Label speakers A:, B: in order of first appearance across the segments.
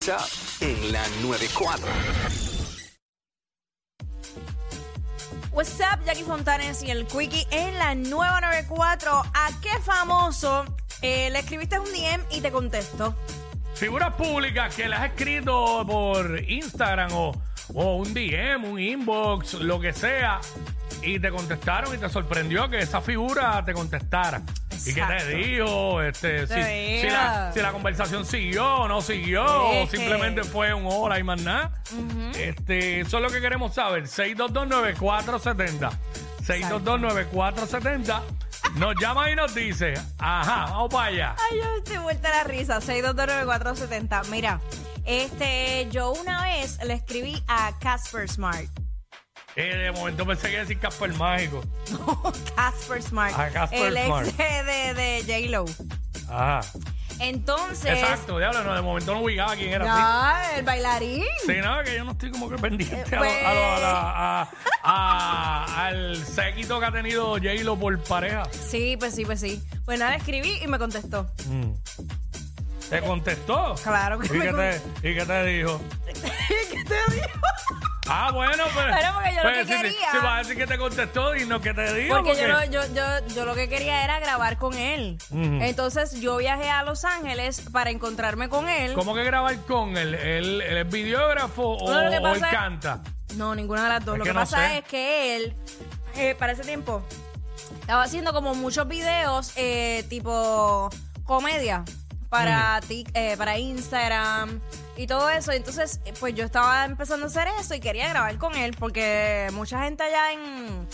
A: escucha en la 94.
B: What's up, Jackie Fontanes y el Quickie en la nueva 94. ¿A qué famoso eh, le escribiste un DM y te contestó?
C: Figuras públicas que las has escrito por Instagram o, o un DM, un inbox, lo que sea, y te contestaron y te sorprendió que esa figura te contestara. Y que
B: Exacto.
C: te dijo, este, si,
B: Te
C: si
B: digo.
C: la, si la conversación siguió o no siguió, o
B: Eje.
C: simplemente fue un hora y más nada. este, eso es lo que queremos saber. 6229470. 6229470. Nos llama y nos dice, ajá, vamos para allá.
B: Ay, yo estoy vuelta a la risa. 6229470. Mira, este, yo una vez le escribí a Casper Smart.
C: Eh, de momento pensé que iba a decir Casper Mágico.
B: Casper Smart.
C: A Casper
B: el ex
C: Smart.
B: de, de J-Lo.
C: Ajá.
B: Entonces.
C: Exacto, diablo, no, de momento no ubicaba quién era. sí.
B: Ya, el bailarín.
C: Sí, no, que yo no estoy como que pendiente
B: Eh,
C: a lo- a lo-
B: pues.
C: a la- a- a- al séquito que ha tenido J-Lo por pareja.
B: Sí, pues sí, pues sí. Pues nada, le escribí y me contestó.
C: Mm. ¿Te contestó?
B: Claro que
C: ¿Y
B: me
C: qué te,
B: contestó.
C: ¿Y qué te dijo?
B: ¿Qué te dijo?
C: Ah, bueno, pero. pues,
B: Pero porque yo lo que
C: si te-
B: quería-
C: Si, vas a decir que te contestó, y no que te dijo.
B: Porque yo, lo- yo, yo, yo lo que quería era grabar con él.
C: Ujú.
B: Entonces yo viajé a Los Ángeles para encontrarme con él.
C: ¿Cómo que grabar con él? ¿Él, él es videógrafo o,
B: No, lo que
C: o él
B: pasa es-
C: canta?
B: No, ninguna de las dos.
C: Es
B: lo
C: que
B: que
C: no
B: pasa
C: sé.
B: es que él, eh, para ese tiempo, estaba haciendo como muchos videos eh, tipo comedia para, tic- eh, para Instagram y todo eso. Entonces, eh, pues yo estaba empezando a hacer eso y quería grabar con él porque mucha gente allá en,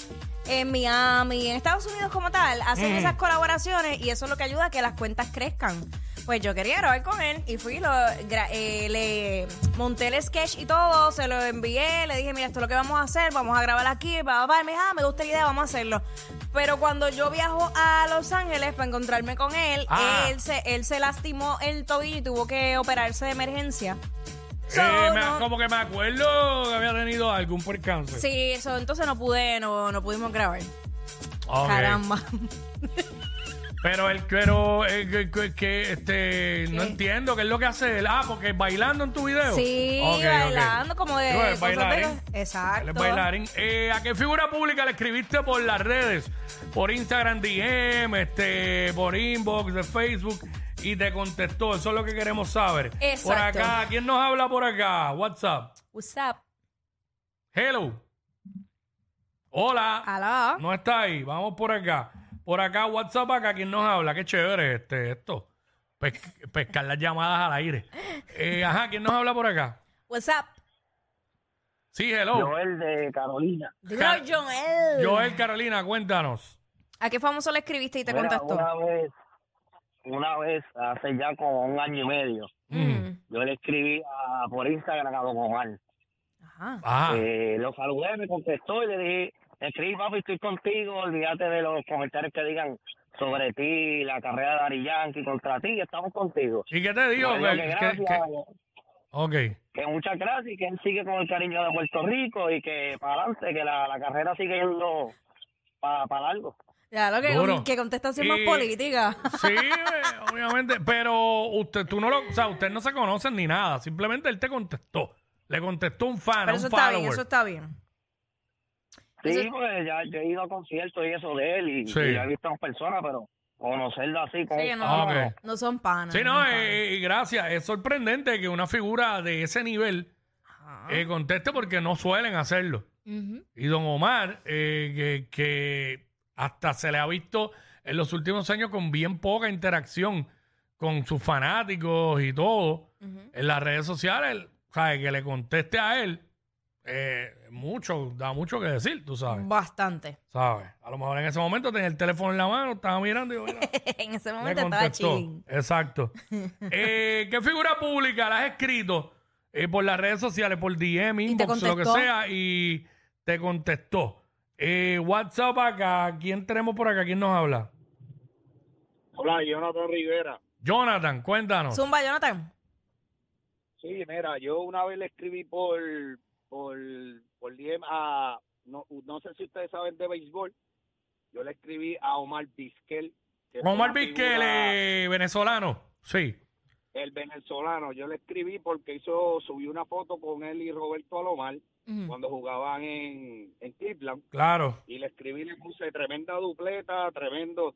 B: en Miami, en Estados Unidos como tal, hacen
C: Mm.
B: esas colaboraciones y eso es lo que ayuda a que las cuentas crezcan. Pues yo quería grabar con él y fui, lo, gra- eh, le monté el sketch y todo, se lo envié, le dije, mira, esto es lo que vamos a hacer, vamos a grabar aquí, papá, me dijo, ah, me gusta la idea, vamos a hacerlo. Pero cuando yo viajo a Los Ángeles para encontrarme con él,
C: Ah.
B: él, se, él se lastimó el tobillo y tuvo que operarse de emergencia. So,
C: Eh, me-
B: no-
C: Como que me acuerdo que había tenido algún percance.
B: sí, eso, entonces no pude, no, no pudimos grabar.
C: Ok.
B: Caramba.
C: Pero él, pero eh, que, que- que, este, no
B: ¿Qué?
C: entiendo qué es lo que hace él. Ah, porque bailando en tu video.
B: Sí,
C: Ok, ok.
B: bailando como de
C: Yo, él es
B: cosas de-
C: bailarín.
B: Exacto.
C: ¿eh? Él es bailarín. Eh, ¿A qué figura pública le escribiste por las redes? Por Instagram DM, este, por inbox de Facebook y te contestó. Eso es lo que queremos saber.
B: Exacto.
C: Por acá, ¿quién nos habla por acá? WhatsApp.
B: What's up?
C: Hello. Hola.
B: Aló.
C: No está ahí, vamos por acá. Por acá, WhatsApp, acá quien nos habla. Qué chévere este, esto. Pes- pescar las llamadas al aire. Eh, ajá, ¿quién nos habla por acá?
B: What's up?
C: Sí, hello.
D: Joel de Carolina.
B: Dímelo,
C: Ca-
B: Joel.
C: Joel Carolina, cuéntanos.
B: ¿A qué famoso le escribiste y te
D: Mira,
B: contestó?
D: Una vez, una vez, hace ya como un año y medio,
B: Mm.
D: yo le escribí a- por Instagram a Don Omar.
B: Ajá.
C: Ajá.
D: Eh, lo saludé, me contestó y le dije, escribí papi, estoy contigo, olvídate de los comentarios que digan sobre ti, la carrera de Ari Yankee contra ti, estamos contigo.
C: ¿Y qué te digo?
D: Me dijo que
C: Que- que-
D: gracias,
C: ok.
D: que muchas gracias y que él sigue con el cariño de Puerto Rico y que para adelante, que la, la carrera sigue yendo para largo.
B: Ya lo que,
C: Duro.
B: que contestación más
C: Y-
B: política.
C: Sí, eh, obviamente. Pero usted, tú no lo, o sea, usted no se conocen ni nada. Simplemente él te contestó. Le contestó un fan,
B: Pero
C: un
B: eso está
C: follower.
B: bien, eso está bien.
D: Sí,
B: Eso-
D: pues ya yo he ido a conciertos y eso de él y,
C: Sí.
D: y lo he visto en persona, pero conocerlo así con
B: Sí,
D: un
B: no,
C: Ah,
D: palo,
C: ok.
B: no son panas.
C: Sí,
B: son
C: no,
B: panas.
C: eh, y gracias. Es sorprendente que una figura de ese nivel
B: Ajá.
C: eh, conteste porque no suelen hacerlo.
B: Ujú.
C: Y don Omar, eh, que, que hasta se le ha visto en los últimos años con bien poca interacción con sus fanáticos y todo
B: Ujú.
C: en las redes sociales, ¿sabes? Que le conteste a él, eh, mucho, da mucho que decir, tú sabes.
B: Bastante.
C: ¿Sabes? A lo mejor en ese momento tenía el teléfono en la mano, estaba mirando y yo, mira,
B: en ese
C: me
B: momento estaba
C: contestó.
B: chilling.
C: Exacto. Eh, ¿Qué figura pública la has escrito eh, por las redes sociales, por DM,
B: te
C: inbox, lo que
B: contestó?
C: sea, y te contestó? Eh, WhatsApp acá, ¿quién tenemos por acá? ¿Quién nos habla?
E: Hola, Jonathan Rivera.
C: Jonathan, cuéntanos.
B: Zumba, Jonathan.
E: Sí, mira, yo una vez le escribí por por por DM a no, no sé si ustedes saben de béisbol. Yo le escribí a Omar Vizquel. que fue
C: Omar
E: una
C: Vizquel,
E: figura-
C: eh, venezolano. Sí.
E: el venezolano, yo le escribí porque hizo, subí una foto con él y Roberto Alomar
B: Ujú.
E: cuando jugaban en, en Cleveland
C: Claro.
E: y le escribí, le puse tremenda dupleta, tremendo,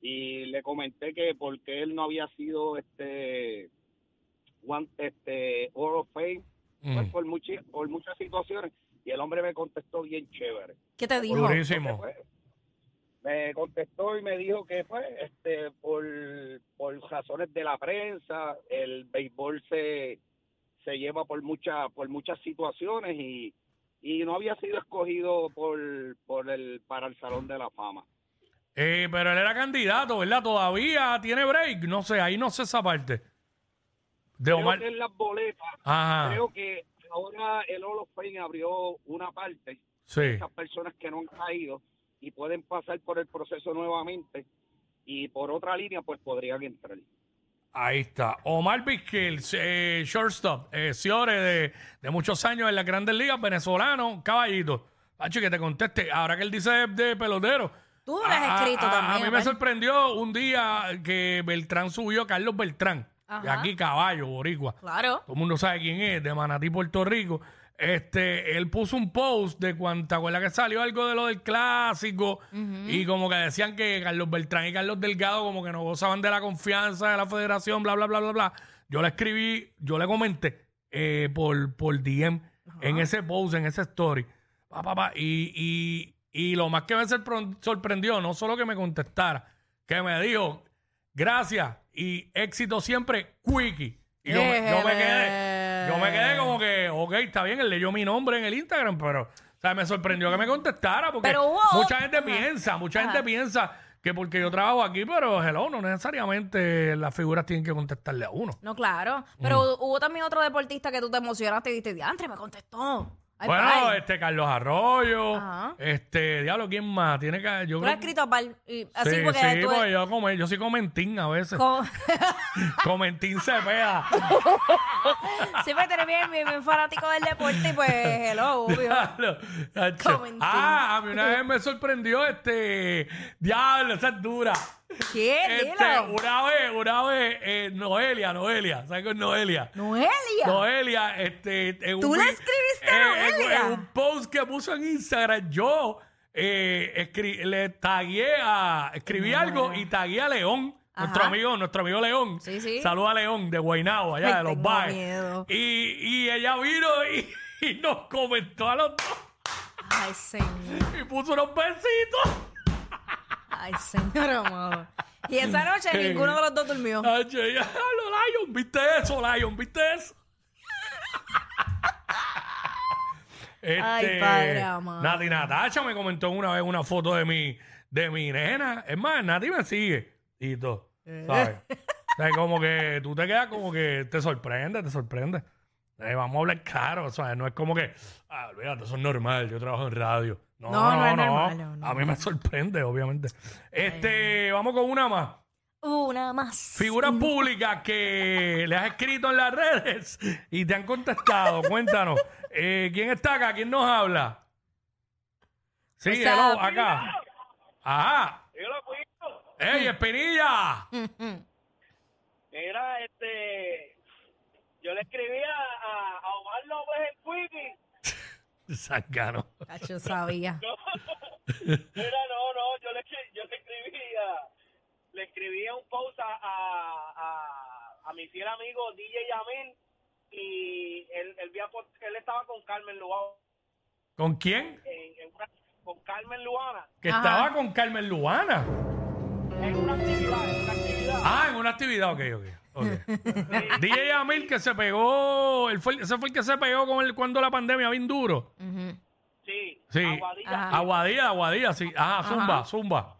E: y le comenté que porque él no había sido este one, este Hall of Fame pues,
C: Mm.
E: por, muchi- por muchas situaciones y el hombre me contestó bien chévere.
B: ¿Qué te dijo?
C: Durísimo.
E: Porque, pues, me contestó y me dijo que pues este por, por razones de la prensa el béisbol se, se lleva por muchas por muchas situaciones y, y no había sido escogido por, por el para el salón de la fama.
C: Eh, pero él era candidato, ¿verdad? Todavía tiene break. No sé, ahí no sé esa parte. De
E: Creo
C: Omar.
E: que en las boletas
C: Ajá.
E: creo que ahora el Hall of Fame abrió una parte
C: Sí.
E: esas personas que no han caído y pueden pasar por el proceso nuevamente y por otra línea pues podrían entrar.
C: Ahí está. Omar Vizquel, eh, shortstop, eh, Ciore de, de muchos años en las grandes ligas, venezolano, caballito. Pacho, que te conteste. Ahora que él dice de, de pelotero.
B: Tú Uh, lo has
C: a- a-
B: escrito
C: Ah, a-
B: también.
C: A mí me
B: ¿verdad?
C: sorprendió un día que Beltrán subió a Carlos Beltrán. De
B: Ajá.
C: aquí, caballo, boricua.
B: Claro.
C: Todo el mundo sabe quién es, de Manatí, Puerto Rico. Este, él puso un post de cuánta acuerdas que salió algo de lo del clásico y como que decían que Carlos Beltrán y Carlos Delgado como que no gozaban de la confianza de la federación, bla, bla, bla, bla, bla. Yo le escribí, yo le comenté eh, por, por DM en ese post, en ese story. Pa, pa, pa. Y, y- y lo más que me sorpre- sorprendió, no solo que me contestara, que me dijo, gracias y éxito siempre, Quickie. Y yo, me- yo me quedé, yo me quedé como que, ok, está bien, él leyó mi nombre en el Instagram, pero o sea, me sorprendió que me contestara porque
B: Pero hubo
C: mucha
B: otro-
C: gente
B: ajá.
C: piensa, mucha
B: Ajá.
C: gente piensa que porque yo trabajo aquí, pero hello, no necesariamente las figuras tienen que contestarle a uno.
B: No, claro. Pero hu- hubo también otro deportista que tú te emocionaste y dijiste, diantre, me contestó. Ay,
C: bueno,
B: bye".
C: este Carlos Arroyo,
B: Ajá.
C: este, diablo, ¿quién más? Tiene que, yo
B: Tú lo
C: creo-
B: has escrito a par- y- así
C: sí,
B: porque
C: sí, pues,
B: tú...
C: porque yo, como, yo soy comentín a veces.
B: como-
C: comentín se pega.
B: siempre te pues, bien, bien, bien fanático del deporte y pues, hello, obvio.
C: Diablo, tacho.
B: Comentín.
C: Ah, a mí una vez me sorprendió este. Diablo, esa es dura.
B: ¿Qué?
C: Este,
B: Dilo.
C: una vez, una vez, eh, Noelia, Noelia, ¿sabes qué es Noelia?
B: Noelia.
C: eh. Noelia, este. en
B: ¿Tú
C: un
B: le
C: vi-
B: escribiste
C: eh,
B: a
C: en-
B: Noelia?
C: En, un post que puso en Instagram, yo eh, escri- le tagué a. Escribí algo y tagué a León.
B: Ajá.
C: Nuestro amigo, nuestro amigo León.
B: Sí, sí.
C: Saluda a León de Guaynabo, allá
B: Ay,
C: de los
B: tengo
C: bares.
B: miedo.
C: Y, y ella vino y, y nos comentó a los dos
B: Ay, señor.
C: y puso unos besitos.
B: Ay, señor amado. Y esa noche
C: Sí. Ah.
B: ninguno de los dos durmió.
C: Ay, che, ya, lo, Lion, ¿viste eso, Lion? ¿Viste eso?
B: Ay,
C: Este,
B: padre amado.
C: Nati Natacha me comentó una vez una foto de mi, de mi nena. Es más, Nati me sigue y todo.
B: Eh.
C: ¿Sabes? O sea, como que tú te quedas como que te sorprende, te sorprende. Eh, vamos a hablar claro, ¿sabes? No es como que, ah, olvídate, eso es normal, yo trabajo en radio. No,
B: No,
C: no,
B: no
C: no.
B: es normal, no, no.
C: A mí me sorprende, obviamente. Este, vamos con una más.
B: Una más.
C: Figuras públicas que le has escrito en las redes y te han contestado. Cuéntanos. Eh, ¿Quién está acá? ¿Quién nos habla? Sí,
B: What's up?
C: hello, acá. Ajá. ¡Ey, Espinilla!
E: Mira, este, yo le escribí a, a, a Omar López el Quickie.
C: Sacano.
B: Yo sabía.
E: Mira, no, no, yo le, escri- yo le escribí a, le escribí a un post a, a, a, a mi fiel amigo DJ Yamil y él, él, había post- él estaba con Carmen Luana,
C: ¿Con quién?
E: en, en una- con Carmen Luana,
C: Que
B: Ajá.
C: estaba con Carmen Luana.
E: en una actividad, en una actividad.
C: Ah, en una actividad, ok, ok. ok. DJ Amil que se pegó, él fue, el- ese fue el que se pegó con el, cuando la pandemia, bien duro.
B: Ujú.
E: Sí,
C: Sí.
E: Aguadilla.
B: Ajá.
C: Aguadilla, aguadilla, sí. Ajá, zumba, zumba.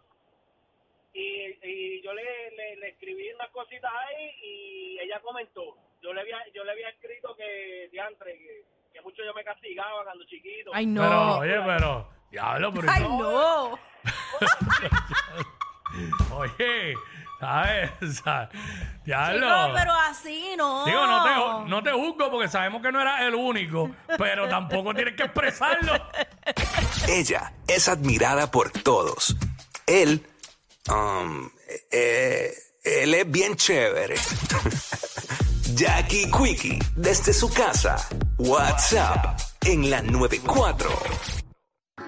E: y, y yo le, le, le escribí unas cositas ahí y ella comentó yo le había yo le había escrito que diantre que, que mucho yo me castigaba cuando chiquito
B: Ay, no.
C: Pero, oye, pero, diablo, pero.
B: Ay, no.
C: Oye, ¿sabes? O sea, Diablo.
B: Chico, pero así no.
C: Digo, no te, ju- no te juzgo porque sabemos que no era el único, pero tampoco tienes que expresarlo.
A: Ella es admirada por todos. Él, eh, um, eh, él es bien chévere. Jackie Quickie desde su casa. WhatsApp en la 94.